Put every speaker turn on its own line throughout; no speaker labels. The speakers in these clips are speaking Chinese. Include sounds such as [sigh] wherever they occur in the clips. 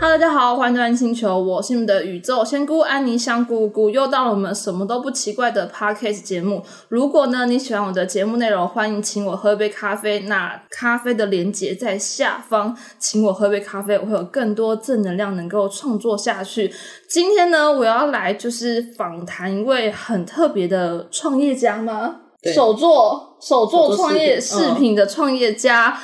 Hello，大家好，欢迎来到星球，我是你们的宇宙仙姑安妮香姑姑，又到了我们什么都不奇怪的 Podcast 节目。如果呢你喜欢我的节目内容，欢迎请我喝杯咖啡，那咖啡的连接在下方，请我喝杯咖啡，我会有更多正能量能够创作下去。今天呢，我要来就是访谈一位很特别的创业家吗？
对
手作手作
手作
创业
饰品
饰品的创业家。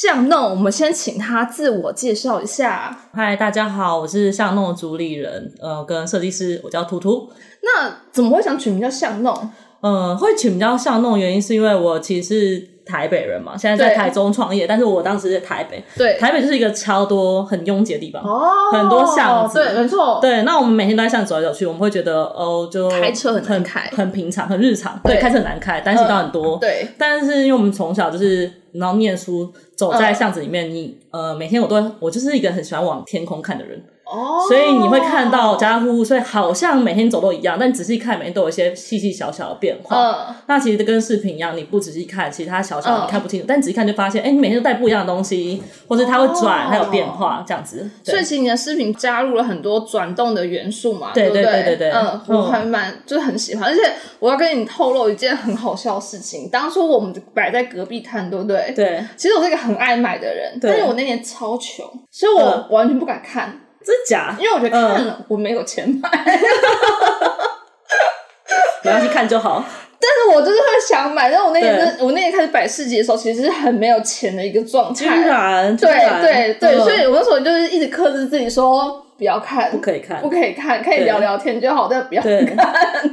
向弄，我们先请他自我介绍一下。
嗨，大家好，我是巷弄主理人，呃，跟设计师，我叫图图。
那怎么会想取名叫巷弄？
呃，会取名叫巷弄，原因是因为我其实是台北人嘛，现在在
对
台中创业，但是我当时在台北，
对，
台北就是一个超多很拥挤的地方。
哦
很多巷子
对，没错，
对，那我们每天都在巷子走来走去，我们会觉得哦，就
开车很难
很
开
很平常，很日常，对，
对嗯
开车很难开，单行道很多，
对
但是因为我们从小就是然后念书，走在
嗯
巷子里面，你呃每天我都会我就是一个很喜欢往天空看的人，
哦，
所以你会看到家家户户，所以好像每天走都一样，但仔细看每天都有一些细细小小的变化。
嗯，
那其实跟视频一样，你不仔细看，其实它小小的
嗯
你看不清楚，但仔细看就发现，哎、你每天都带不一样的东西，或者它会转，
哦
它有变化，这样子。对
所以其实你的视频加入了很多转动的元素嘛，
对
不
对
对
对对对
嗯，
嗯
我还蛮就是很喜欢，而且我要跟你透露一件很好笑的事情，当初我们摆在隔壁摊，对不对？。
对，
其实我是一个很爱买的人，
对
但是我那年超穷，所以我
嗯
完全不敢看，
真假
因？为我觉得看了、我没有钱买。
你要去看就好。
但是我就是会想买，但我那年真的我那年开始摆市集的时候，其实是很没有钱的一个状
居
态。
然，居
对
然
对对，
嗯
所以我那时候就是一直克制自己说不要看，
不可以看
不。可以看，可以
对
聊聊天就好，但不要
对，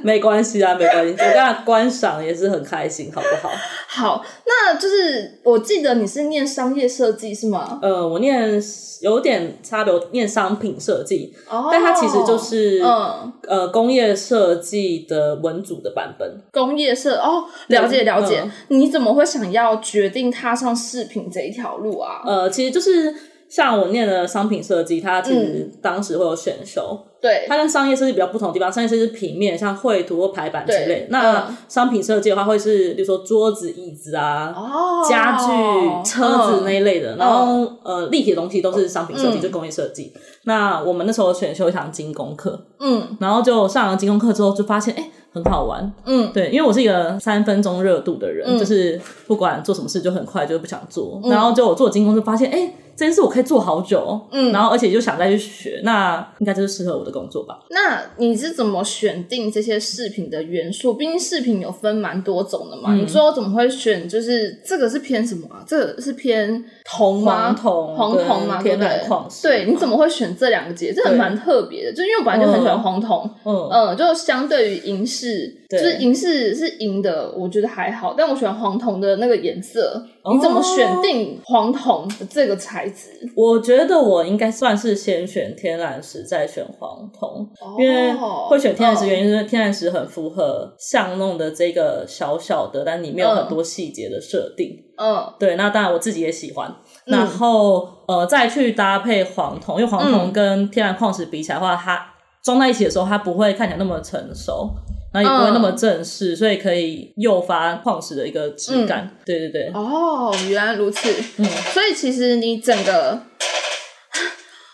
没关系啊，没关系，我刚才观赏也是很开心，好不好？
好。那就是我记得你是念商业设计是吗？
呃，我念有点差别，我念商品设计，
哦，
但它其实就是
嗯
呃工业设计的文组的版本。
工业设哦，了解
对
了解
嗯。
你怎么会想要决定踏上饰品这一条路啊？
呃，其实就是像我念的商品设计，它其实
嗯
当时会有选修，
对，
它跟商业设计比较不同的地方，商业设计是平面，像绘图或排版之
对
类。那、
嗯
商品设计的话，会是比如说桌子、椅子啊。
哦，
家具、车子那
嗯
一类的，然后呃，立体的东西都是商品设计，
嗯
就工业设计。那我们那时候选修一堂精工课，
嗯
然后就上了精工课之后，就发现哎、很好玩，
嗯
对，因为我是一个三分钟热度的人，
嗯
就是不管做什么事就很快就不想做，然后就我做精工就发现，哎、这件事我可以做好久哦，
嗯
然后而且就想再去学，那应该就是适合我的工作吧。
那你是怎么选定这些饰品的元素？毕竟饰品有分蛮多种的嘛。
嗯
你最后怎么会选？就是这个是偏什么啊？这个是偏铜吗？
黄铜
黄
跟
铜嘛，
天然
对不对
矿石
对，你怎么会选这两个节？这个
对
蛮特别的，就因为我本来就很喜欢黄铜。
嗯，
嗯，就相对于银饰，就
对
是银饰是银的，我觉得还好，但我喜欢黄铜的那个颜色。你怎么
哦
选定黄铜的这个材质？
我觉得我应该算是先选天然石，再选黄铜，
哦
因为会选天然石，
嗯
原因是因为天然石很符合巷弄的这个小小的，但里面有
嗯
很多细节的设定。
嗯
对，那当然我自己也喜欢。然后呃，再去搭配黄铜，因为黄铜跟天然矿石比起来的话，它装在一起的时候，它不会看起来那么成熟，然后也不会那么正式，所以可以诱发矿石的一个质感。
嗯
对对对，
哦，原来如此。嗯，所以其实你整
[laughs]
个，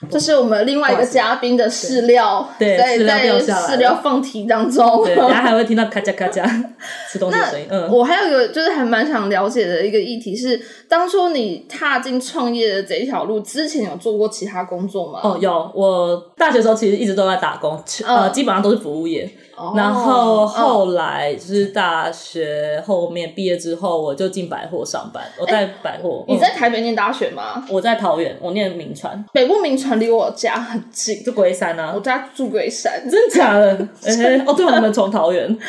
这是我们另外一个嘉宾的饲料，
对
在
饲料
在
掉下来了
饲料放题当中。
对，等一下还会听到咔嚓咔嚓 [laughs] 吃东西的声音。
[laughs]
嗯，
我还有一个就是还蛮想了解的一个议题是，当初你踏进创业的这一条路之前，有做过其他工作吗？
哦，有，我大学的时候其实一直都在打工，呃，
嗯
基本上都是服务业。
哦
然后
嗯
后来就是大学后面毕业之后，我就进百货上班，我在百货。
哎你
嗯
在台北念大学吗？
我在桃园，我念名传，
北部名传离我家很近，
就龟山啊
我。家住龟山，
真假
[laughs]
的？哎哦，对，我们从桃园。嗯，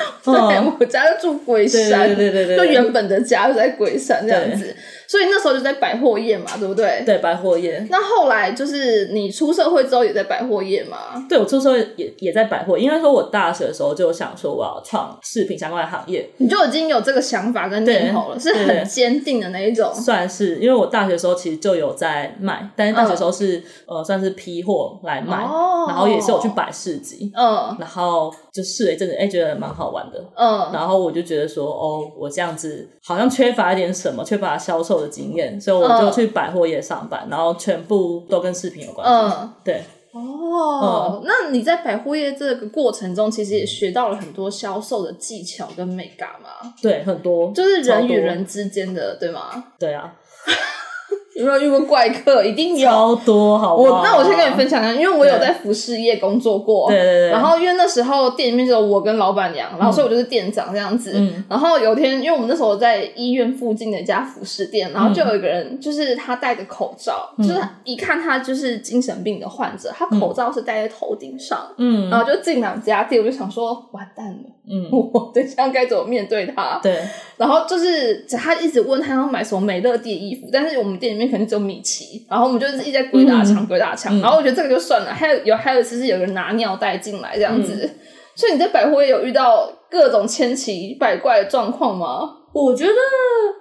对，我家就住龟山，
对对对对对
就原本的家就在龟山这样子，所以那时候就在百货业嘛，对不对？
对，百货业。
那后来就是你出社会之后也在百货业嘛？
对，我出社也也在百货，应该说我大学的时候就想说我要创饰品相关的行业，
你就已经有这个想法跟念头了，
对
是
对
很坚定的那一种。
算是因为我大学的时候其实就有在卖，但是大学的时候
嗯
是、呃算是批货来卖，
哦
然后也是有去摆市集，
嗯，
然后就试了一阵子，哎、觉得蛮好玩的。
嗯
然后我就觉得说，哦，我这样子好像缺乏一点什么，缺乏销售的经验，所以我就
嗯
去百货业上班，然后全部都跟饰品有关系。
嗯。
对，
哦，那你在百货业这个过程中，其实也学到了很多销售的技巧跟美感嘛，
对，很多，
就是人
超
与
多
人之间的，对吗？
对啊，
有没有遇过怪客？一定有。
超多，好不好
我那我先跟你分享一下，因为我有
对
在服饰业工作过，
哦对对对
然后因为那时候店里面只有我跟老板娘，然后所以我就是店长这样子。
嗯
然后有一天，因为我们那时候在医院附近的一家服饰店，
嗯
然后就有一个人，就是他戴着口罩，就是一看他就是精神病的患者，他口罩是戴在头顶上，
嗯
然后就进来我们家店，我就想说完蛋了，[laughs]
嗯，
我对象该怎么面对他？
对，
然后就是他一直问他要买什么美乐蒂的衣服，但是我们店里面可能只有米奇，然后我们就是一直在鬼打墙、鬼打墙。然后我觉得这个就算了，还有有还有一次是有人拿尿袋进来这样子，所以你在百货也有遇到各种千奇百怪的状况吗？
我觉得，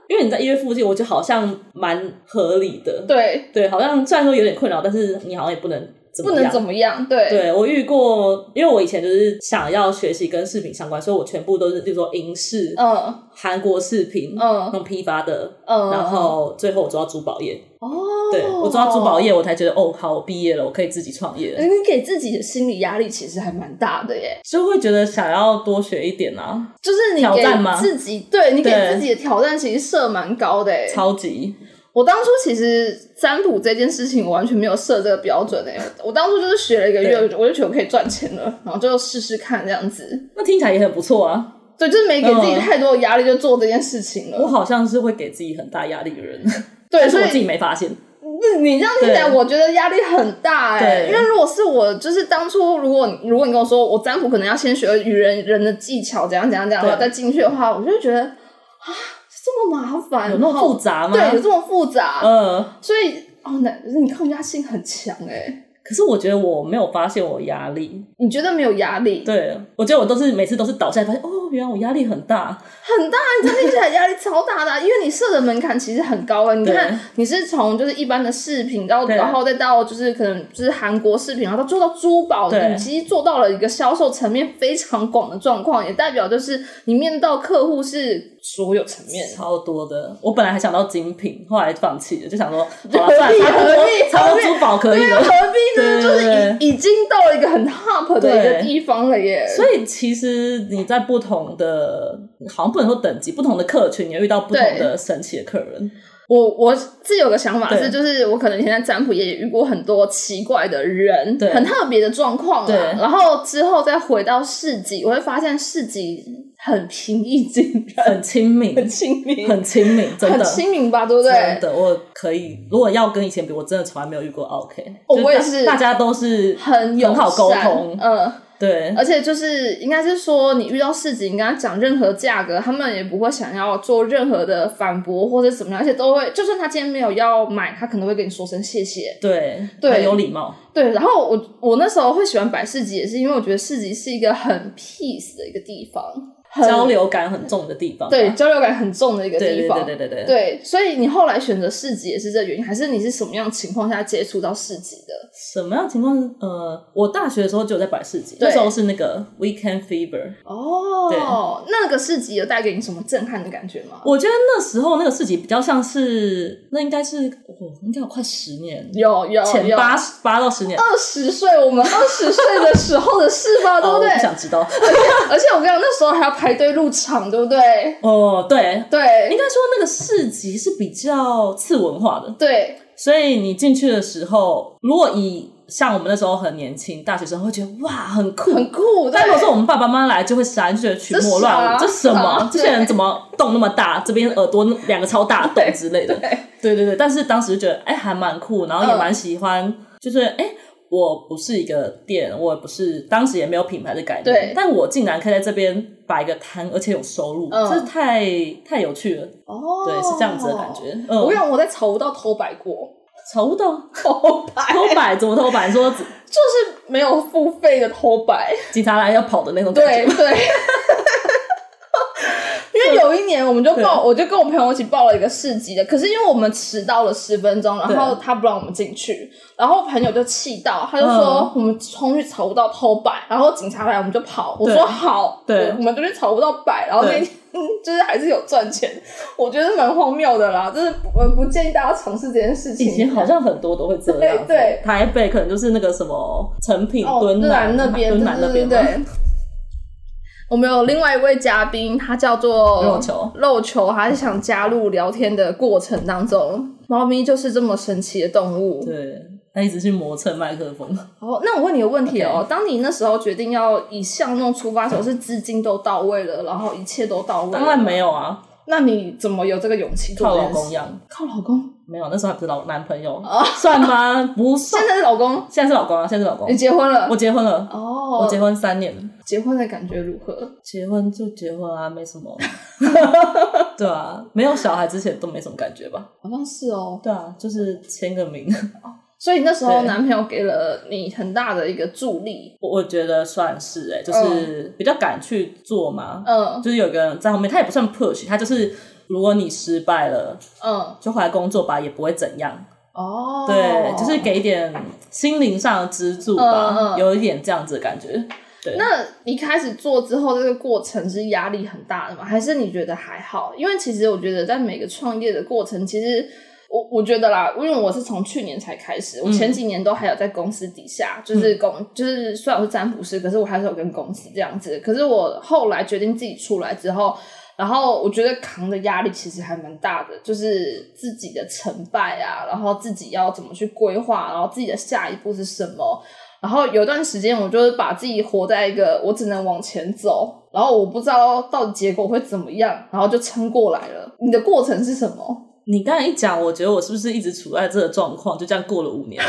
因为你在医院附近，我觉得好像蛮合理的。
对，
对，好像虽然说有点困扰，但是你好像也不能怎
不
么
能
样。
怎么样，对，
对我遇过，因为我以前就是想要学习跟饰品相关，所以我全部都是，比如说银饰、
嗯
韩国饰品、那
嗯
种批发的，
嗯，
然后最后我做到珠宝业。
哦，
对我做到珠宝业，我才觉得哦，好，我毕业了，我可以自己创业了，
你给自己的心理压力其实还蛮大的耶，
就会觉得想要多学一点啊，
就是你
挑
给
战吗
自己，对你给
对
自己的挑战其实设蛮高的耶，
超级，
我当初其实占卜这件事情，我完全没有设这个标准诶、我当初就是学了一个月，我就觉得我可以赚钱了，然后就试试看这样子。
那听起来也很不错啊。
对，就是没给自己
嗯
太多的压力，就做这件事情
我
了。
好像是会给自己很大压力的人，
对，
但是
所
我
以
自己没发现。
你你这样听起来，
对
我觉得压力很大哎、
对
因为如果是我，就是当初如果你如果你跟我说我占卜可能要先学与人人的技巧，怎样怎样怎样，
对
然后再进去的话，我就会觉得啊，这么麻烦，
有那么
好
复杂吗？
对，有这么复杂，
呃，
所以哦，那你抗压性很强哎、
可是我觉得我没有发现我压力，
你觉得没有压力？
对我觉得我都是每次都是倒下来发现，哦，原来我压力很大，
很大，你真的起来压力超大的啊、因为你设的门槛其实很高啊。你看
对，
你是从就是一般的饰品，到
对
然后再到就是可能就是韩国饰品，然后到做到珠宝，
对
你其实做到了一个销售层面非常广的状况，也代表就是你面到客户是所有层面。
[laughs] 超多的。我本来还想到精品，后来放弃了，就想说，好了，
合
算
理
了，差不
合理
多，差不
合
多
理
珠宝可以
对啊，
了。
何必呢？
对对
就是已已经到了一个很 top 的一个
对
地方了耶。
所以其实你在不同的，好像不能说等级，不同的客群，你会遇到不同
对
的神奇的客人。
我我自己有个想法
对
是，就是我可能以前在占卜也遇过很多奇怪的人，
对
很特别的状况
对
啦。然后之后再回到市集，我会发现市集很平易近人，
很亲民，
很亲民，
很亲民，真
很
的，
亲民吧，对不
真
对？
的，我可以。如果要跟以前比，我真的从来没有遇过 OK。
哦
就
我也
大
是
大家都是
很友
很好沟
善
通，
嗯，
对，
而且就是应该是说，你遇到市集，你跟他讲任何价格，他们也不会想要做任何的反驳或者怎么样，而且都会，就算他今天没有要买，他可能会跟你说声谢谢，
对，
对
很有礼貌，
对，然后我我那时候会喜欢摆市集，也是因为我觉得市集是一个很 peace 的一个地方，很
交流感很重的地方吧。
对交流感很重的一个
对
地
对
方。
对对对对，
对所以你后来选择市集也是这原因，还是你是什么样的情况下接触到市集的？
什么样情况？呃，我大学的时候就有在摆市集，
对
那时候是那个 Weekend Fever。
哦，那个市集有带给你什么震撼的感觉吗？
我觉得那时候那个市集比较像是，那应该是，哦，应该有快十年，
有有
前
哦有，
八十八到十年。
二十岁，我们二十岁的时候的事吧，对
[laughs] 哦，我
对
不？想知道。
而且我跟你讲，那时候还要排队入场，对不对？
哦，对，应
对
该说那个市集是比较次文化的，
对，
所以你进去的时候，如果以像我们那时候很年轻，大学生会觉得哇很酷。
很酷。
但如
对
果说我们爸爸妈妈来，就会傻，就觉得群魔乱舞，
这
这
傻
什
傻
么？这些人
对
怎么动那么大？这边耳朵两个超大洞之类的。
对
对对对，但是当时就觉得哎、还蛮酷，然后也蛮喜欢，就是哎、我不是一个店，我也不是当时也没有品牌的概念，
对
但我竟然可以在这边摆一个摊，而且有收入，
嗯
这太太有趣了，
哦，
对，是这样子的感觉。
我
嗯，
让我在草悟道偷摆过，
炒不
[laughs]
到
偷摆
偷摆怎么偷摆？说
就是没有付费的偷摆，
[laughs] 警察来要跑的那种感
对
觉，
对。因为为有一年我们就报，我就跟我朋友一起报了一个市集的，可是因为我们迟到了十分钟，然后他不让我们进去，然后朋友就气到，他就说
嗯
我们冲去草悟道偷摆，然后警察来我们就跑，我说好，
对
我我们就去草悟道摆，然后那
对
天 [laughs] 就是还是有赚钱，我觉得蛮荒谬的啦，就是我不建议大家尝试这件事情，
以前好像很多都会这样
对，对。
台北可能就是那个什么成品
哦，
敦
南
南
那边，
敦
对
南那
对
边
对
嘛
对。我们有另外一位嘉宾，他叫做
肉球，
肉球，他是想加入聊天的过程当中。猫咪就是这么神奇的动物。
对，他一直去磨蹭麦克风。
哦，那我问你个问题哦当你那时候决定要以巷弄出发的时候，是资金都到位了，然后一切都到位了，
当然没有啊，
那你怎么有这个勇气做
靠
这
老
件事
公养，
靠老公，
没有，那时候还不是老男朋友，
哦
算吗？不算
现。在是老公，
现在是老公啊，现在是老公
你。结婚了
我结婚了，
哦，
我结婚三年，
结婚的感觉如何？
结婚就结婚啊，没
[laughs]
什么。对啊，没有小孩之前都没什么感觉吧？
好像是哦，
对啊，就是签个名，
所以那时候
对
男朋友给了你很大的一个助力，
我我觉得算是哎、就是比较敢去做嘛。
嗯
就是有个人在后面，他也不算 push，他就是如果你失败了，
嗯，
就回来工作吧，也不会怎样。
哦，
对，就是给一点心灵上的支柱
嗯
吧，
嗯
有一点这样子的感觉。对，
那你开始做之后，这个过程是压力很大的吗？还是你觉得还好？因为其实我觉得在每个创业的过程，其实我我觉得啦，因为我是从去年才开始，我前几年都还有在公司底下，就是公、就是虽然我是占卜师，可是我还是有跟公司这样子。可是我后来决定自己出来之后。然后我觉得扛的压力其实还蛮大的，就是自己的成败啊，然后自己要怎么去规划，然后自己的下一步是什么，然后有段时间，我就是把自己活在一个我只能往前走，然后我不知道到底结果会怎么样，然后就撑过来了。你的过程是什么？
你刚才一讲，我觉得我是不是一直处在这个状况，就这样过了 [laughs] 五年？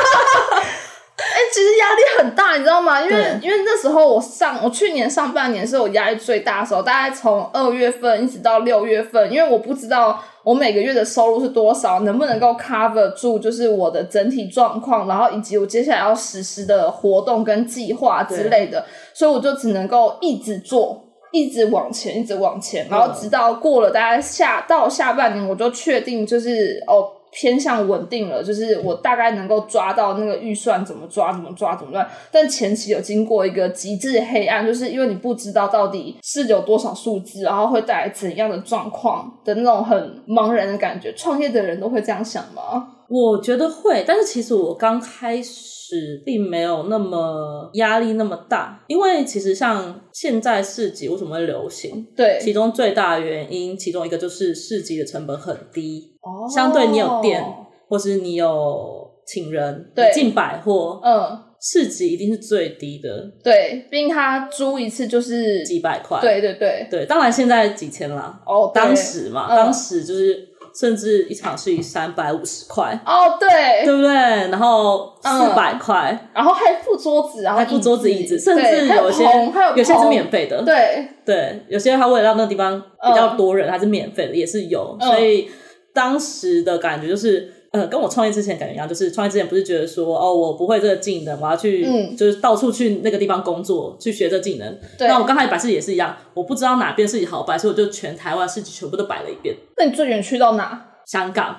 哎、其实压力很大，你知道吗？因为
对
因为那时候我上我去年上半年是我压力最大的时候，大概从二月份一直到六月份，因为我不知道我每个月的收入是多少，能不能够 cover 住就是我的整体状况，然后以及我接下来要实施的活动跟计划之类的，所以我就只能够一直做。一直往前，一直往前，然
嗯
后直到过了大概下到下半年，我就确定就是哦偏向稳定了，就是我大概能够抓到那个预算怎么抓，怎么抓，怎么抓。但前期有经过一个极致的黑暗，就是因为你不知道到底是有多少数字，然后会带来怎样的状况的那种很茫然的感觉。创业的人都会这样想吗？
我觉得会，但是其实我刚开始并没有那么压力那么大，因为其实像现在市集为什么会流行，
对，
其中最大的原因，其中一个就是市集的成本很低，
哦
相对你有店，或是你有请人，
对
你进百货，
嗯，
市集一定是最低的
对，毕竟他租一次就是，
几百块，
对对对，
对，当然现在几千啦，
哦，对
当时嘛，
嗯
当时就是甚至一场是以三百五十块。
哦对，
对不对？然后
嗯
四百块，
然后还附桌子，然后
还附桌子、椅子，甚
对
至
还有
有些
棚还有
有些是
棚
免费的，
对，
对，有些他为了让那个地方比较多人，它是免费的，也是有。
嗯
所以当时的感觉就是，呃，跟我创业之前感觉一样，就是创业之前不是觉得说，哦，我不会这个技能，我要去，
嗯
就是到处去那个地方工作，去学这技能。
对
那我刚开始摆市集也是一样，我不知道哪边市集好摆，所以我就全台湾市集全部都摆了一遍，
那你最远去到哪？
香港，哇，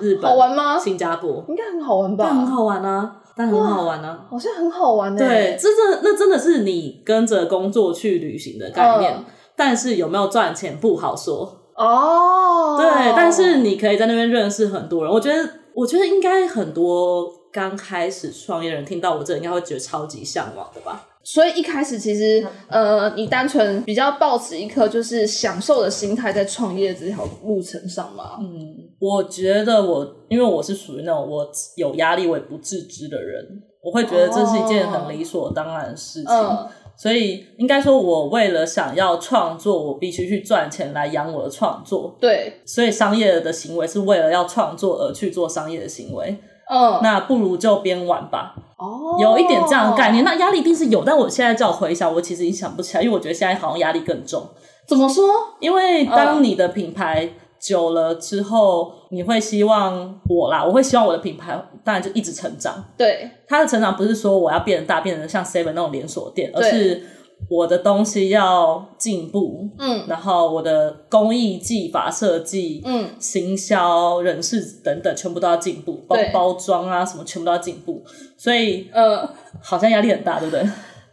日本，
好玩吗？
新加坡，
应该很好玩
但很
吧？
好玩啊，但很好玩啊。
好像很好玩欸呢、
对，，这真那真的是你跟着工作去旅行的概念，
嗯
但是有没有赚钱不好说。
哦，
对，但是你可以在那边认识很多人。我觉得，我觉得应该很多刚开始创业的人听到我这，应该会觉得超级向往的吧？
所以一开始其实呃，你单纯比较抱持一颗就是享受的心态在创业这条路程上嘛。
嗯我觉得我，因为我是属于那种我有压力我也不自知的人，我会觉得这是一件很理所当然的事情。
嗯，
所以应该说，我为了想要创作，我必须去赚钱来养我的创作。
对，
所以商业的行为是为了要创作而去做商业的行为，
嗯，
那不如就边玩吧，
哦，
有一点这样的概念。。那压力一定是有，但我现在叫我回想，我其实已经想不起来，因为我觉得现在好像压力更重，
怎么说？
因为当你的品牌久了之后，你会希望我啦，我会希望我的品牌当然就一直成长。
对，
它的成长不是说我要变得大，变成像 Seven 那种连锁店，而
对
是我的东西要进步，
嗯
然后我的工艺技法设计、
嗯
行销、人事等等，全部都要进步，包
对
包装啊什么，全部都要进步。所以
呃，
好像压力很
[laughs]
大，对不对？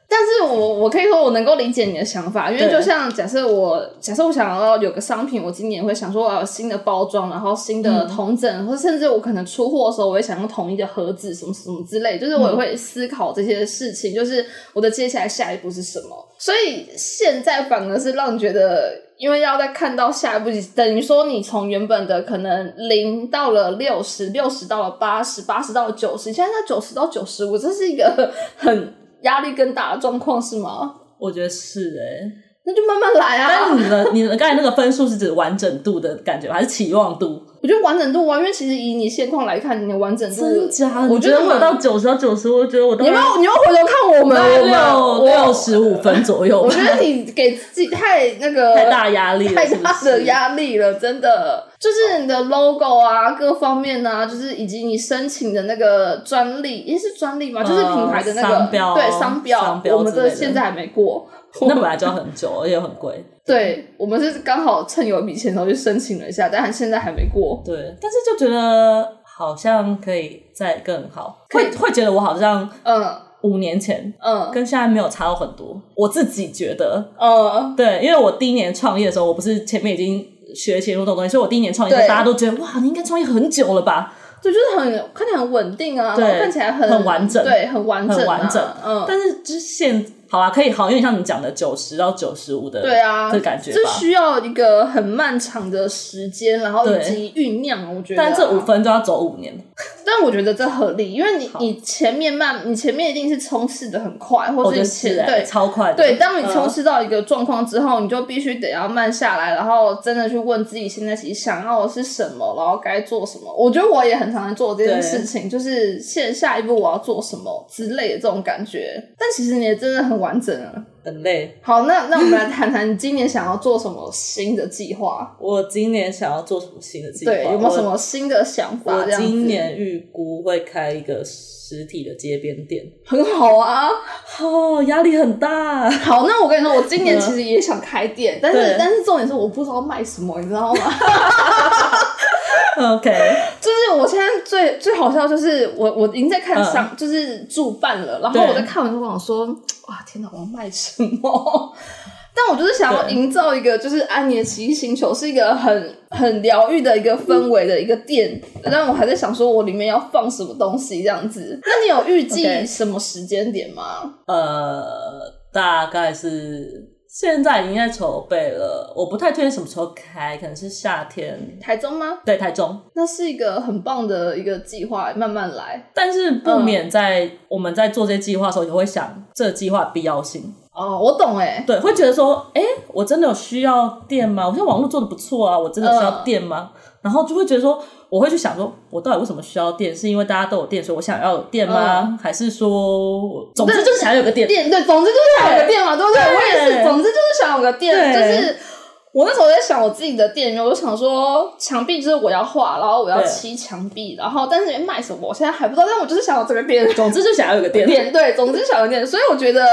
但是我我可以说我能够理解你的想法，因为
对
就像假设我假设我想要有个商品，我今年会想说我要有新的包装，然后新的同整，或甚至我可能出货的时候，我会想用统一的盒子什么什么之类，就是我也会思考这些事情，就是我的接下来下一步是什么。所以现在反而是让你觉得。因为要再看到下一步，等于说你从原本的可能零到了六十，六十到了八十，八十到了九十，现在在九十到九十五，这是一个很压力更大的状况是吗？
我觉得是哎、
那就慢慢来啊！
但你的你的刚才那个分数是指完整度的感觉吗，还是期望度？
我觉得完整度啊，因为其实以你现况来看，你的完整度，
假
我
我
觉
觉
得
得我到九十到九十，我觉得我
你
大
有没
概
有你有没有回头看我们，
大概
我们
六
我
六十五分左右
我
吧
觉，得你给自己太那个
太大压力了，
太
是不
大
是
的压力了，真的。就是你的 logo 啊，各方面啊，就是以及你申请的那个专利，也是专利吗？就是品牌的那个
呃商标
对商标，
商标
我们
之类
这
的
现在还没过。 [laughs]
那本来就要很久，而且很贵。
对，我们是刚好趁有一笔钱然后去申请了一下，但现在还没过。
对，但是就觉得好像可以再更好，
可以
会会觉得我好像
嗯
五年前
嗯
跟现在没有差到很多，我自己觉得。
嗯，
对，因为我第一年创业的时候，我不是前面已经学写入动东西，所以我第一年创业，
对
大家都觉得哇，你应该创业很久了吧？
对，就是很看起来很稳定啊，
对
然后看起来很
很完整
对，很完整、啊，
很完整
嗯，
但是就是现好啊，可以好，因为像你讲的九十到九十五的，
对啊，
这感觉
这
吧。
需要一个很漫长的时间，然后以
对
及酝酿，我觉得啊、
但这五分就要走五年，
但我觉得这合理，因为你你前面慢，你前面一定是冲刺的很快，或
我
者
觉得
你
是
前
欸
对。
超快的。
对，当你
嗯
冲刺到一个状况之后，你就必须得要慢下来，然后真的去问自己现在其实想要的是什么，然后该做什么。我觉得我也很常在做这件
对
事情，就是现下一步我要做什么之类的这种感觉。但其实你也真的很完整啊。
很累。
好，那那我们来谈谈你今年想要做什么新的计划？
我今年想要做什么新的计划？
对，有没有什么新的想
我？
法？
我
这样子
今年预估会开一个实体的街边店。
很好啊，
哦，压力很大。 [laughs]
好，那我跟你说，我
嗯
今年其实也想开店，但是但是重点是我不知道卖什么，你知道吗？
OK，
就是我现在最最好笑就是我我已经在看上、就是助办了，然后
嗯对
我在看完之后我想说，哇天哪，我要卖什么？ [laughs] 但我就是想要
对
营造一个就是安妮的奇异星球是一个很很疗愈的一个氛围的一个店，但我还在想说我里面要放什么东西这样子。那你有预计
OK
什么时间点吗？
呃，大概是现在已经在筹备了，我不太确定什么时候开，可能是夏天，
台中吗？
对，台中。
那是一个很棒的一个计划，慢慢来。
但是
嗯
不免在、我们在做这些计划的时候，也会想这计划必要性，
哦，我懂哎、
对，会觉得说，哎、我真的有需要店吗？我现在网络做的不错啊，我真的需要店吗？然后就会觉得说，我会去想说，我到底为什么需要店？是因为大家都有店，所以我想要有店吗？还是说我，总之就是想要有个店，
店对，总之就是想有个店嘛，对不对？
对
我也是，总之就是想有个店，就
对
是。我那时候在想我自己的店名，我就想说墙壁就是我要画，然后我要
对
漆墙壁，然后但是卖什么我现在还不知道，但我就是想有这个店，
总之就想要有个店。
店对，总之想有店，所以我觉得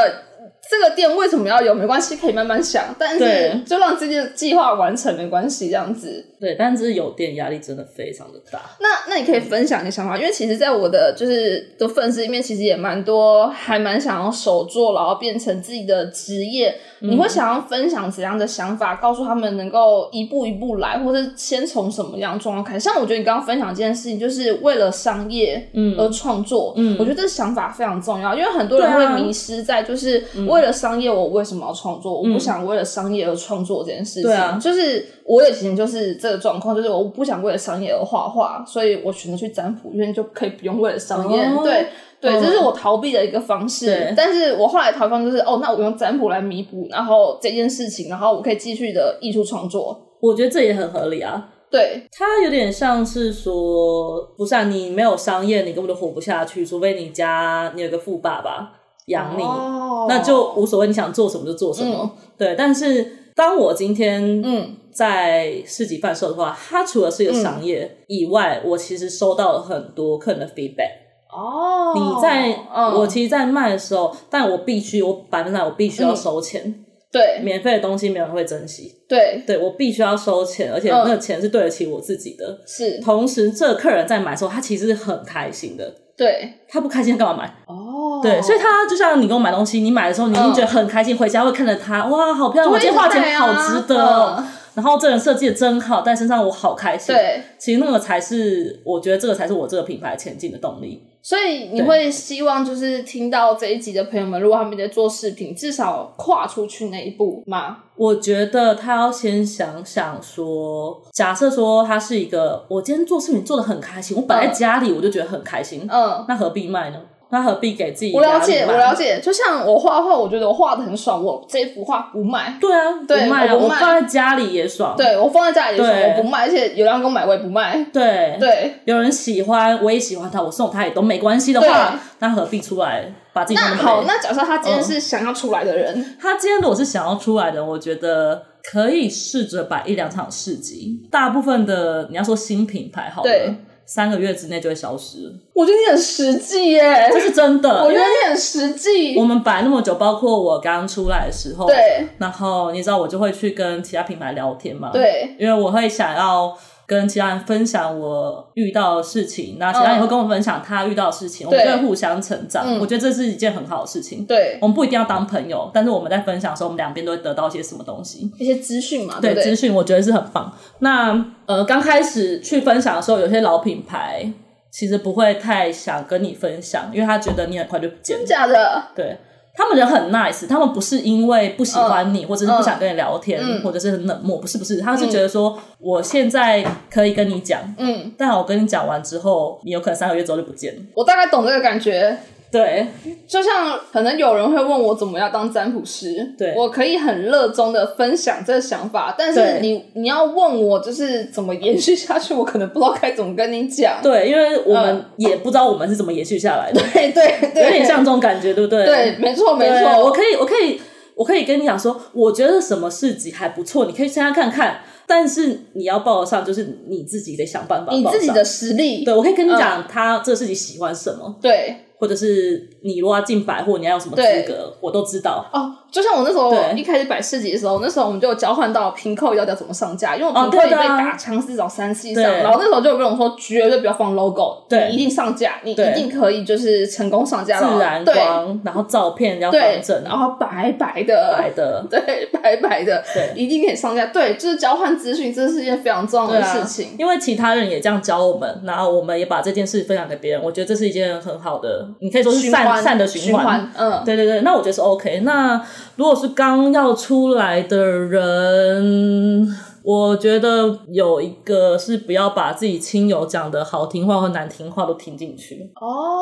这个店为什么要有没关系，可以慢慢想，但是
对
就让这件计划完成没关系，这样子。
对，但是有店压力真的非常的大。
那那你可以分享你的想法，因为其实，在我的就是的粉丝里面，其实也蛮多还蛮想要手做，然后变成自己的职业。
嗯
你会想要分享怎样的想法，告诉他们能够一步一步来，或者先从什么样的状况开始？像我觉得你刚刚分享这件事情，就是为了商业
嗯
而创作，
嗯
我觉得这想法非常重要，因为很多人
对啊
会迷失在就是
嗯
为了商业，我为什么要创作？我不想为了商业而创作这件事情。
对啊
就是我以前就是这个状况，就是我不想为了商业而画画，所以我选择去占卜，因为就可以不用为了商业。
哦
对对，
嗯
这是我逃避的一个方式
对。
但是我后来逃避方式就是，哦，那我用占卜来弥补，然后这件事情，然后我可以继续的艺术创作。
我觉得这也很合理啊。
对
它有点像是说，不是啊，你没有商业，你根本就活不下去，除非你家你有个富爸爸养你，
哦
那就无所谓，你想做什么就做什么。对，但是当我今天
嗯
在市集贩售的话，它除了是一个商业以外，我其实收到了很多客人的 feedback。
哦，
你在、
嗯
我其实，在卖的时候，但我必须，我百分之百我必须要收钱。
对
免费的东西没有人会珍惜，
对
对我必须要收钱，而且
嗯
那个钱是对得起我自己的。
是，
同时，这个客人在买的时候，他其实是很开心的。
对
他不开心干嘛买？
哦，
对，所以他就像你给我买东西，你买的时候你一定觉得很开心，回家会看着它，哇，好漂亮，
就
我
会
今
一
天
直
花钱
买
好
嗯啊
值得哦。然后这人设计的真好，戴身上我好开心。，
对，
其实那个才是，我觉得这个才是我这个品牌前进的动力。
所以你会希望就是听到这一集的朋友们，如果他们在做视频，至少跨出去那一步嘛。
我觉得他要先想想说，假设说他是一个，我今天做事情做的很开心，我摆在
嗯
家里我就觉得很开心，
嗯，
那何必卖呢？那何必给自己？
我了解，我了。解。就像我画画，我觉得我画的很爽，我这幅画不卖。
对啊，
对
不卖啊，
我不
我
卖
放在家里也爽。
对我放在家里的时
对
候我不卖，而且有人给我买我也不卖。
对
对，
有人喜欢，我也喜欢他，我送他也都没关系的话
对，
那何必出来把自己弄
那
么
好，
累
那假设他今天是想要出来的人，
他今天如果是想要出来的，我觉得可以试着摆一两场市集。大部分的你要说新品牌好了
对，
三个月之内就会消失，
我觉得你很实际耶，
这是真的。
[laughs] 我觉
因
得
为
你很实际
我。们摆那么久，包括我刚出来的时候，
对
然后你知道我就会去跟其他品牌聊天嘛，，
对
因为我会想要跟其他人分享我遇到的事情，那其他人也会跟我分享他遇到的事情，我们就
对
会互相成长。
嗯
我觉得这是一件很好的事情。
对，
我们不一定要当朋友，但是我们在分享的时候，我们两边都会得到一些什么东西。
一些资讯嘛，
对
不
资
对？
讯，我觉得是很棒。那呃，刚开始去分享的时候，有些老品牌其实不会太想跟你分享，因为他觉得你很快就不见了
真。假的？
对他们人很 nice，他们不是因为不喜欢你，或者是不想跟你聊天，
嗯
或者是很冷漠，不是不是，他是觉得说、我现在可以跟你讲，
嗯，
但我跟你讲完之后，你有可能三个月之后就不见了。
我大概懂这个感觉。
对
就像可能有人会问我怎么要当占卜师，
对
我可以很热衷的分享这个想法，但
对
是你你要问我就是怎么延续下去，我可能不知道该怎么跟你讲。
[laughs] 对，因为我们
嗯
也不知道我们是怎么延续下来的，
对对对，
有点像这种感觉，对不对？
对，没错没
对，
错，
我可以，我可以，我可以跟你讲说，我觉得什么市集还不错，你可以参加看看，但是你要报得上，就是你自己得想办法报上。
你自己的嗯实力，
对，我可以跟你讲，他这个市集喜欢什么。
对
或者是你如果要进百货，你要有什么资格，我都知道。
哦，就像我那时候
对
一开始摆市集的时候，那时候我们就有交换到平扣要要怎么上架，因为我
哦
平扣
对
也
的啊
被打枪至少三次以上，
对
然后那时候就有跟我说绝对不要放 logo，
对
你一定上架，你一
对
定可以就是成功上架到
自然
对
光，然后照片要
对
方正，，
然后白白的， [laughs]
白的，
对白白的，
对
一定可以上架，对，就是交换资讯，这是一件非常重要
对
的
啊
事情，
因为其他人也这样教我们，然后我们也把这件事分享给别人，我觉得这是一件很好的，你可以说是
循环
善善的
循环，嗯，
对对对，那我觉得是 OK。那如果是刚要出来的人，我觉得有一个是不要把自己亲友讲的好听话或难听话都听进去。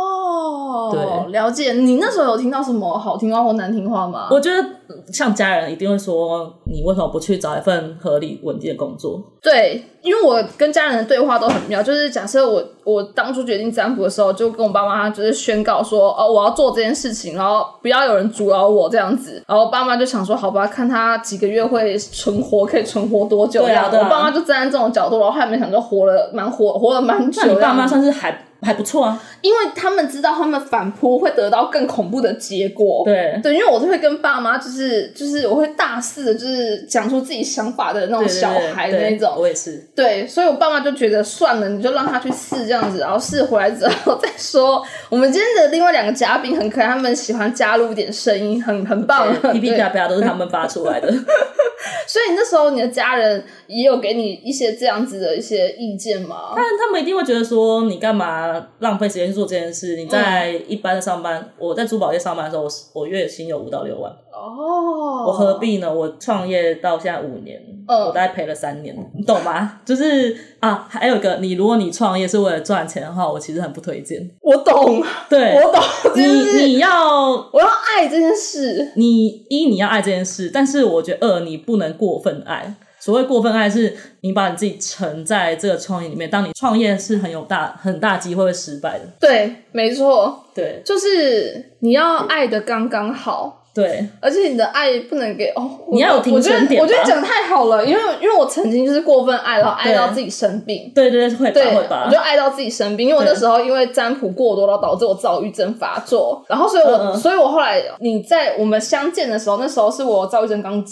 哦，
对
了解。你那时候有听到什么好听话或难听话吗？
我觉得嗯像家人一定会说，你为什么不去找一份合理稳定的工作？
对，因为我跟家人的对话都很妙，就是假设我我当初决定占卜的时候，就跟我爸妈就是宣告说，哦，我要做这件事情，然后不要有人阻挠我这样子。然后我爸妈就想说，好吧，看他几个月会存活，可以存活多久
对啊
这样子
对啊
我爸妈就站在这种角度，然后他们想说活了蛮活活了蛮久
那你
这样子
爸妈算是还还不错啊，
因为他们知道他们反扑会得到更恐怖的结果。
对
对，因为我都会跟爸妈，就是就是我会大肆的，就是讲出自己想法的那种
对
小孩的那种。
我也是。
对，所以我爸妈就觉得算了，你就让他去试这样子，然后试回来之后 [laughs] 再说。我们今天的另外两个嘉宾很可爱，他们喜欢加入一点声音，很很棒。 [laughs]
对噼
嗯
噼
对
啪啪都是他们发
[laughs]
出来的，
所以你那时候你的家人也有给你一些这样子的一些意见吗？
但他们一定会觉得说，你干嘛浪费时间去做这件事？你在一般的上班，我在珠宝业上班的时候，我我月薪有五到六万，
嗯哦，
我何？必呢？我创业到现在五年，
嗯
我大概赔了三年，你懂吗？就是啊，还有一个，你如果你创业是为了赚钱的话，我其实很不推荐。
我懂，
对，
我懂，
你
就是
你要
我要爱这件事。
你一你要爱这件事，但是我觉得二你不能过分爱。所谓过分爱，是你把你自己沉在这个创业里面。当你创业是很有大很大机会会失败的，
对，没错，
对
就是你要爱的刚刚好。
对，
而且你的爱不能给哦，我
你要有停损点
我觉得我
吧
觉得讲太好了，因为因为我曾经就是过分爱，然后爱到自己生病。
对对对，会
对，
吧会
我
吧
就，爱到自己生病，因为我那
对
时候因为占卜过多，然后导致我躁郁症发作，然后所以我，
嗯嗯
所以我后来你在我们相见的时候，那时候是我躁郁症刚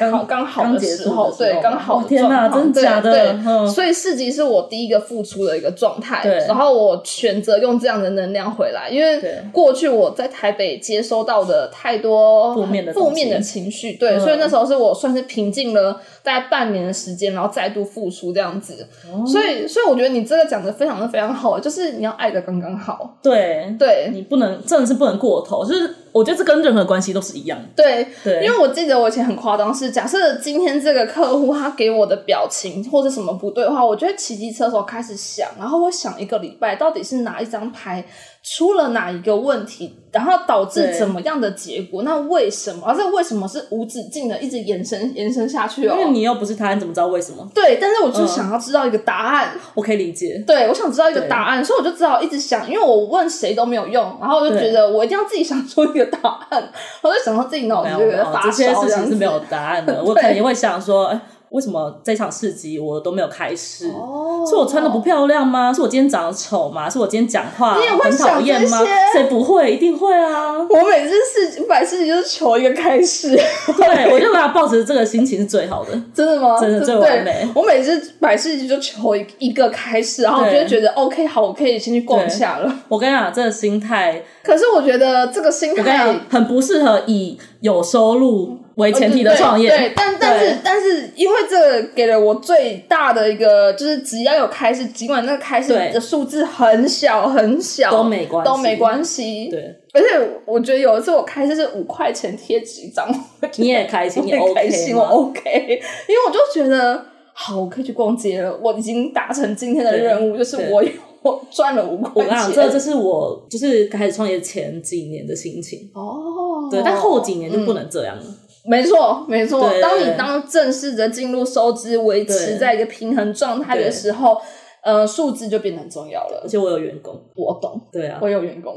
刚刚好
刚
的
结
时
束
候，
的时
对，
候
刚好
哦
的
天
状
哪
况
真假
对
的
对
嗯
所以四级是我第一个付出的一个状态，
对
然后我选择用这样的能量回来，因为
对
过去我在台北接收到的太多
负面的
负
东西
面的情绪，对，
嗯
所以那时候是我算是平静了大概半年的时间，然后再度付出这样子，所以所以我觉得你这个讲的非常的非常好，就是你要爱的刚刚好，
对，
对
你不能真的是不能过头，就是我觉得这跟任何关系都是一样的，
对，
对，
因为我记得我以前很夸张，是假设今天这个客户他给我的表情或者什么不对的话，我就会骑机车的时候开始想，然后我想一个礼拜到底是哪一张牌出了哪一个问题，然后导致
对
怎么样的结果？那为什么？而这为什么是无止境的一直延伸延伸下去哦
因？为你又不是他，你怎么知道为什么？
对，但是我就
嗯
想要知道一个答案，
我可以理解，
对，我想知道一个
嗯对
答案，所以我就只好一直想，因为我问谁都没有用，然后我就
对
觉得我一定要自己想出一个答案， [laughs] 我就想到自己脑子
没有，
就
没
有点
有
发
这些
烧
事
哦这样
情是
子
没有答
[laughs]
案的，我可能也会想说，哎，为什么这场市集我都没有开市？
哦，
是我穿的不漂亮吗？是我今天长得丑吗？是我今天讲话
你也会
很讨厌吗
想这些？
谁不会？一定会
[laughs]
啊！
我每次事百事情就是求一个开始， [laughs]
对，我就把抱持这个心情是最好的。
真的吗？
真的
对
最完美
我每次百事情就求一一个开始，然后我就
对
会觉得 OK，好，我可以先去逛一下了。
我跟你讲，这个心态，
可是我觉得这个心
我跟你
态
讲，很不适合以有收入为前提的创业。
哦对，对但但是但是，因为这个给了我最大的一个，就是只要有开始，尽管那个开始
对
的数字很小很小，
都没关系
哦都没关系。
对
而且我觉得有一次我开始是五块钱贴纸张，我觉得
你也开心，
我 [laughs]
你
很
OK
开心，我
吗
OK，因为我就觉得好，我可以去逛街了，我已经达成今天的任务，就是我有我赚了五
我
块
跟你讲，
钱。
这这是我就是开始创业前几年的心情。
哦，
对，但后几年就不能这样了。
没错，没错。
对
当你当正式的进入收支，维持
对
在一个平衡状态的时候，呃，数字就变得很重要了
而。且我有员工，
我懂，
对啊，
我有员工。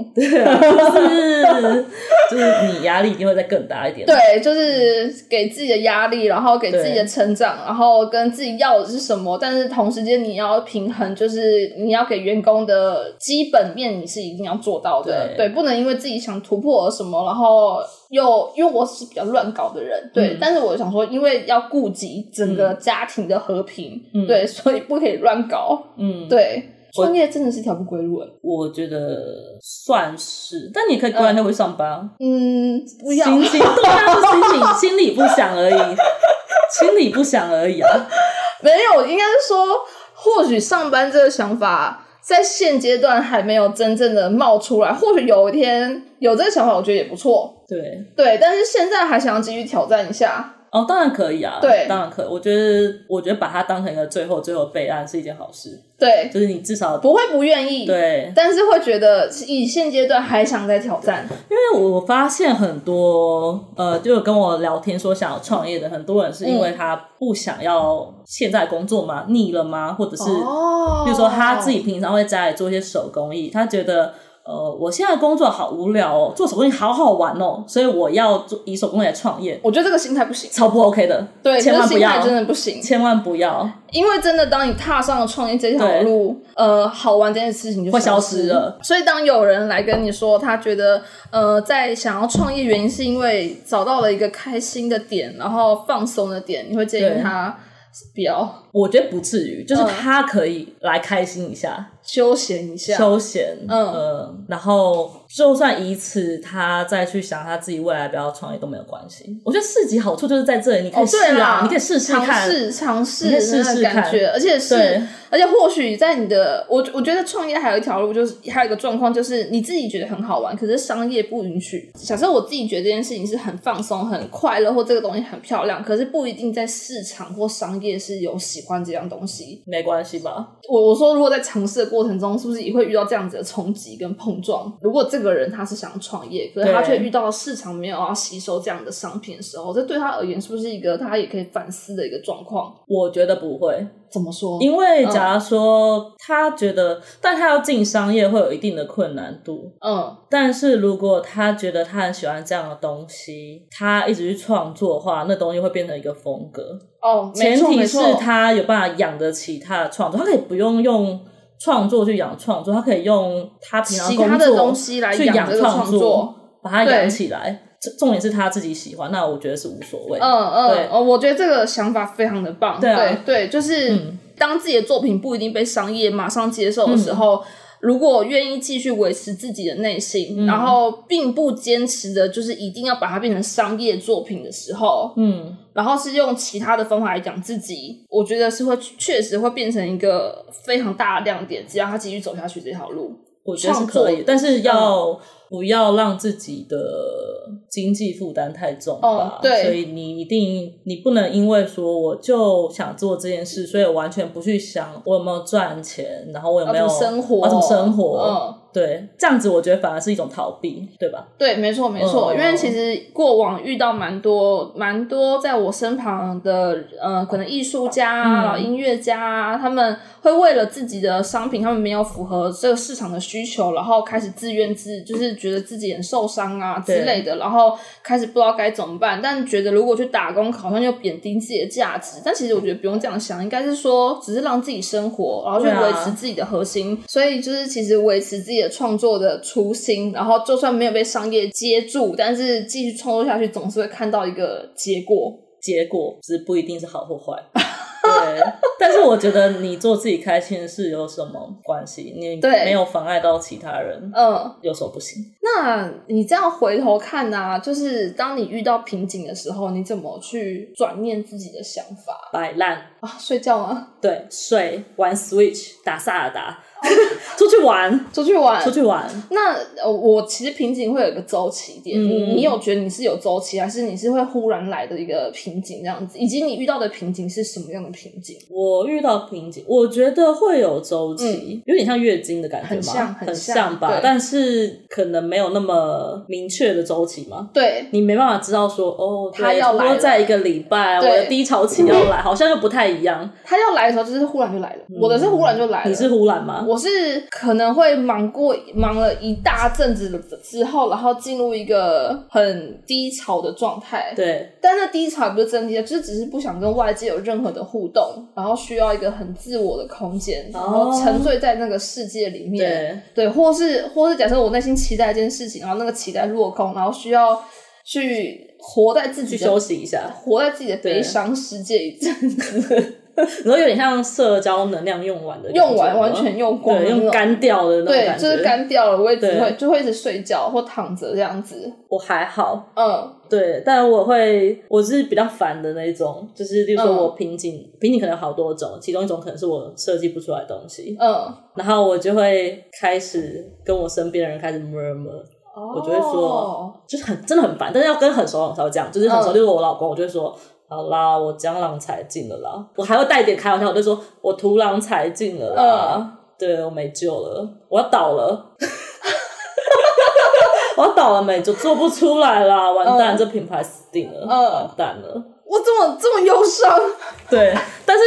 就是 [laughs] 就是你压力一定会再更大一点。
对，就是给自己的压力，然后给自己的成长，然后跟自己要的是什么，但是同时间你要平衡，就是你要给员工的基本面你是一定要做到的，对，
对
不能因为自己想突破什么，然后又因为我是比较乱搞的人，对，
嗯
但是我想说，因为要顾及整个家庭的和平，对，所以不可以乱搞，
嗯，
对，创业真的是一条不归路，
我觉得算是，但你可以过两天回去上班啊。
嗯，不要，
心情对啊，就心情心里不想
[laughs]
而已，心里不想而已啊。
没有，应该是说，或许上班这个想法在现阶段还没有真正的冒出来，或许有一天有这个想法，我觉得也不错。
对，
对，但是现在还想要继续挑战一下。
哦，当然可以啊，
对
当然可以。我觉得，我觉得把它当成一个最后最后备案是一件好事，
对，
就是你至少
不会不愿意，
对，
但是会觉得以现阶段还想再挑战。
因为我发现很多呃，就有跟我聊天说想要创业的很多人是因为他不想要现在工作嘛，腻了吗？或者是
哦
比如说他自己平常会在家里做一些手工艺，他觉得呃，我现在工作好无聊哦，做手工艺好好玩哦，所以我要做以手工艺来创业，
我觉得这个心态不行，
超不 OK 的，
对，
千万
这个
不
心态
要，
真的不行。
千万不要，
因为真的，当你踏上了创业这条路，呃，好玩这件事情就
会消
失
失了。
所以，当有人来跟你说，他觉得呃，在想要创业，原因是因为找到了一个开心的点，然后放松的点，你会建议
对
他比较
我觉得不至于，就是
嗯
他可以来开心一下，
休闲一下。
休闲，
嗯
呃，然后就算以此他再去想他自己未来不要创业都没有关系。我觉得市集好处就是在这里，你可
哦
以，试
对
啊，
啦，
你可以试试
尝
看，
试尝试
你可以试试
那个感觉，而且是
对，
而且或许在你的我，我觉得创业还有一条路，就是还有一个状况，就是你自己觉得很好玩，可是商业不允许。假设我自己觉得这件事情是很放松、很快乐，或这个东西很漂亮，可是不一定在市场或商业是有喜欢这样东西。
没关系吧？
我我说，如果在尝试的过程中，是不是也会遇到这样子的冲击跟碰撞？如果这个人他是想创业，可是他却
对
遇到市场没有要吸收这样的商品的时候，这对他而言是不是一个他也可以反思的一个状况？
我觉得不会，
怎么说？
因为假达说他觉得，但他要进商业会有一定的困难度。
嗯，
但是如果他觉得他很喜欢这样的东西，他一直去创作的话，那东西会变成一个风格。
哦，没
前
错
提
没
是
错
他有办法养得起他的创作，他可以不用用创作去养创作，他可以用他平常
其
工
他的东
作
西来
去
养
养
这个创
作，，把它
对
养起来。这重点是他自己喜欢，那我觉得是无所谓。
嗯嗯
对，
哦，我觉得这个想法非常的棒。
对啊
对，就是
嗯
当自己的作品不一定被商业马上接受的时候，如果愿意继续维持自己的内心，
嗯
然后并不坚持的，就是一定要把它变成商业作品的时候，
嗯，
然后是用其他的方法来讲自己，我觉得是会确实会变成一个非常大的亮点，只要他继续走下去这条路。
我觉得是可
创
以
作，嗯
但是要不要让自己的经济负担太重吧？
哦对
所以你一定你不能因为说我就想做这件事，所以我完全不去想我有没有赚钱，然后我有没有
要啊怎么生活
我要怎么生活？
嗯
对，这样子我觉得反而是一种逃避，对吧？
对，没错，没错，
嗯
因为其实过往遇到蛮多蛮多在我身旁的呃，可能艺术家啊、
嗯
然后音乐家啊，他们会为了自己的商品，他们没有符合这个市场的需求，然后开始自怨自，就是觉得自己很受伤啊之
对
类的，然后开始不知道该怎么办，但觉得如果去打工，好像又贬低自己的价值。但其实我觉得不用这样想，应该是说只是让自己生活，然后去
对啊
维持自己的核心。所以就是其实维持自己的创作的初心，然后就算没有被商业接住，但是继续创作下去，总是会看到一个结果。
结果只是不一定是好或
[laughs]
坏。对，但是我觉得你做自己开心的事有什么关系？你
对
没有妨碍到其他人，
嗯，
有什么不行？
那你这样回头看呢、就是当你遇到瓶颈的时候，你怎么去转念自己的想法
摆烂，
啊？睡觉吗？
对，睡，玩 Switch，打萨尔达，
哦
[laughs] 出去玩，
出去玩
出？去玩。
那呃我其实瓶颈会有一个周期点，你
嗯
你有觉得你是有周期，还是你是会忽然来的一个瓶颈这样子？以及你遇到的瓶颈是什么样的瓶颈？
我遇到瓶颈，我觉得会有周期，有点像月经的感觉
嗯很
嘛，
像很
很
像
吧
对，
但是可能没有那么明确的周期嘛。
对，
你没办法知道说哦，
它
对
要
差不
来
多
了
在一个礼拜，我
对
的低潮期要
[laughs]
来，好像又不太一样。
他要来的时候就是忽然就来了，我的是忽然就来了。
嗯你是忽然吗？
我是可能会忙过忙了一大阵子之后，然后进入一个很低潮的状态。
对，
但那低潮也不是真低潮，就是只是不想跟外界有任何的互动，然后需要一个很自我的空间，然后
哦
沉醉在那个世界里面。对，或是或是假设我内心期待一件事情，然后那个期待落空，然后需要去活在自己
去休
的
息一下，
活在自己的悲
对
伤世界一阵子，
然后有点像社交能量用完的感觉吗， [laughs]
用完完全用光
对，
了
用
那种
干掉的那种
对，
感觉。
就是。干掉了，我也只
对
会就会一直睡觉或躺着这样子。
我还好，
嗯
对，但我会，我是比较烦的那一种，就是例如说
嗯
我瓶颈，瓶颈可能有好多种，其中一种可能是我设计不出来的东西，
嗯，
然后我就会开始跟我身边的人开始 murmur，
我
就会
哦
说，就是很真的很烦，但是要跟很熟很熟讲，就是很熟，
嗯
就是我老公，我就会说。好啦，我江郎才尽了啦，我还会带一点开玩笑，我就说我土郎才尽了啦，
嗯
对我没救了，我要倒了， [laughs] 我要倒了没，就做不出来啦，完蛋，
嗯
这品牌死定了，
嗯
完蛋了，
我怎么这么忧伤？
对， [laughs] 但是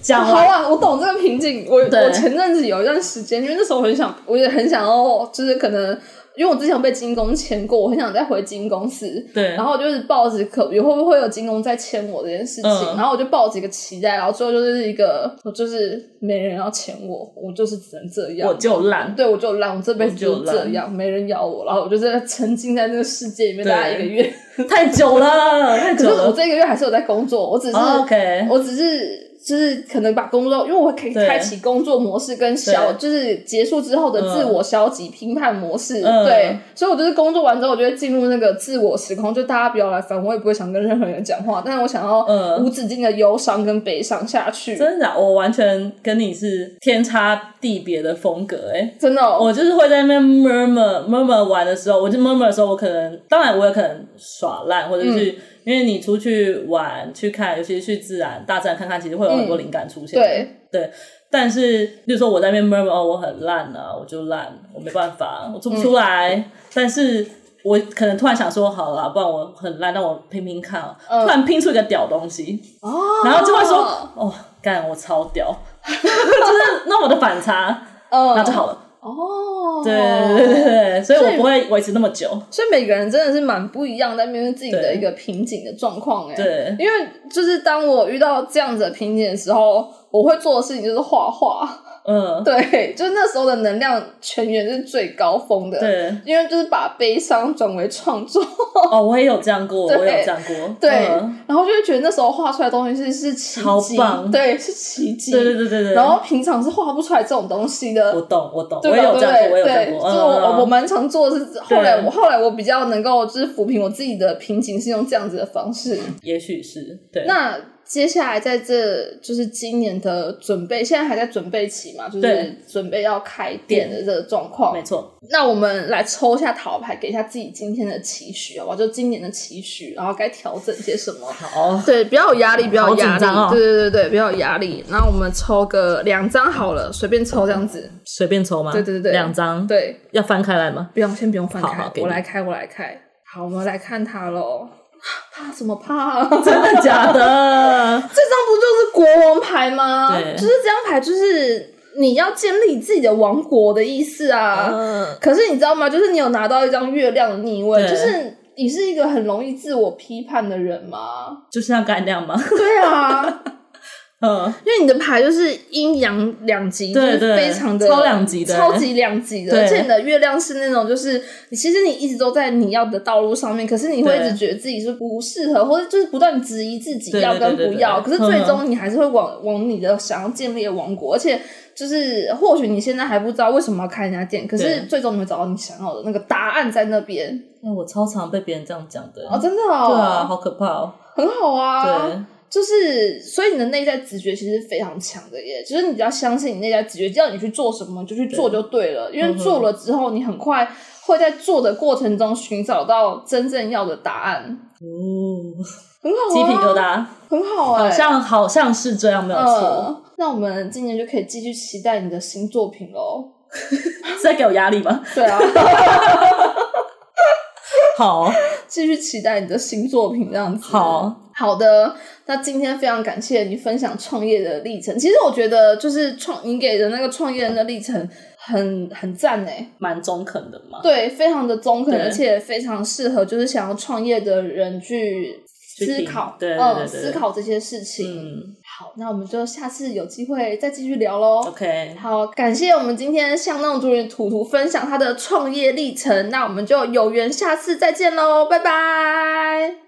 讲
好
完，
啊，我懂这个瓶颈。我
对
我前阵子有一段时间，因为那时候我很想，我也很想要，就是可能。因为我之前有被金工签过，我很想再回金公司，
对
然后我就是抱着可有会不会有金工再签我这件事情，
嗯
然后我就抱着一个期待，然后最后就是一个我就是没人要签我，我就是只能这样，
我就烂，
对，我就烂，我这辈子就
我
是
就
这
烂
样，没人咬我，然后我就在沉浸在那个世界里面
对
大概一个
[laughs]
月。
太久了，太
可
久
是我
了。
这个月还是有在工作，我只是、
哦 OK，
我只是就是可能把工作，因为我可以
对
开启工作模式跟消，
对
就是结束之后的自我消极批判模式。
嗯
对，所以我就是工作完之后，我就会进入那个自我时空，就大家不要来烦我，也不会想跟任何人讲话，但是我想要
嗯
无止境的忧伤跟悲伤下去。
真的假的，我完全跟你是天差地别的风格哎、
真的哦、
我就是会在那边 murmur murmur 玩的时候，我就 murmur 的时候，我可能当然我也可能耍烂，或者是、
嗯
因为你出去玩去看，尤其是去自然大自然看看，其实会有很多灵感出现。
对
对，但是比如说我在那
嗯
边 murmur 哦，我很烂啊，我就烂，我没办法，我做不出来，但是。我可能突然想说，好了，不然我很烂，那我拼拼看啊，
嗯
突然拼出一个屌东西，
哦
然后就会说，哦，干，我超屌， [laughs] 就是那我的反差，
嗯，
那就好了。
哦，
对对对对对，所以
所以
我不会维持那么久。
所以每个人真的是蛮不一样，在面对自己的
对
一个瓶颈的状况哎。
对，
因为就是当我遇到这样子的瓶颈的时候，我会做的事情就是画画。 [laughs]
嗯，
对，就是那时候的能量全员是最高峰的。，
对，
因为就是把悲伤转为创作。 [laughs]
哦，我也有这样过，我
对
也有这样过，
对，
嗯
然后就会觉得那时候画出来的东西是是奇
超
迹，
棒
对，是奇迹。
对对对对对，
然后平常是画不出来这种东西的。
我懂我懂，
对
我
吧
也有这样过，
对
我也
不
有这
对
样
对，
过，
就是我我
嗯嗯嗯
蛮常做的是，后来我后来我比较能够就是抚平我自己的瓶颈，是用这样子的方式。
也许是对。
那接下来在这就是今年的准备，现在还在准备期嘛，就是
对
准备要开店的这个状况
没。错，
那我们来抽一下塔罗牌，给一下自己今天的期许，好吧？就今年的期许，然后该调整些什么？
好，
对，不要有压力，不要有压
好
力，
紧张哦
对对对对，不要有压力。然后我们抽个两张好了，随便抽这样子。
随便抽吗？
对对对对
两张，，
对，
要翻开来吗？ [laughs]
不用，先不用翻开，
好好给
我
你
来开，我来开。好，我们来看它喽。 [gasps] 怕什么怕、啊？
真的假的？
[laughs] 这张不就是国王牌吗？
对
就是这张牌，就是你要建立自己的王国的意思啊。
嗯
可是你知道吗？就是你有拿到一张月亮的逆位，
对
就是你是一个很容易自我批判的人吗？ [laughs]
就像刚才那样吗？
对啊，
嗯，
因为你的牌就是阴阳两极，
对
就是
对
非常的
超两极的
超级两极的。
对
而且你的月亮是那种，就是你其实你一直都在你要的道路上面，可是你会一
对
直觉得自己是不适合，或者就是不断质疑自己
对
要
对对
跟
对
不
对
要。
对
可是最终你还是会往往你的想要建立的王国，而且。就是或许你现在还不知道为什么要开人家店，可是
对
最终你会找到你想要的那个答案在那边
那我超常被别人这样讲的，
哦，真的哦，
对啊，好可怕哦。
很好啊，
对，
就是，所以你的内在直觉其实非常强的耶，就是你只要相信你内在直觉，叫你去做什么你就去做就对
嗯
了，因为做了之后，你很快会在做的过程中寻找到真正要的答案，
哦，
很好、啊，
鸡皮疙，瘩，
很好哎、
好像好像是这样，没有错。
嗯，那我们今年就可以继续期待你的新作品喽。嗯
是在给我压力吗？ [laughs]
对啊，
好，
[laughs] 继续期待你的新作品这样子。
好，
好的，那今天非常感谢你分享创业的历程。其实我觉得，就是创你给的那个创业人的历程很很赞欸诶、
蛮中肯的嘛。
对，非常的中肯，
对
而且非常适合就是想要创业的人去
去
思
听
考，
对对对
嗯，
对对
思考这些事情。
嗯
好，那我们就下次有机会再继续聊喽。
，OK，
好，感谢我们今天向弄主人图图分享他的创业历程，那我们就有缘下次再见喽，拜拜。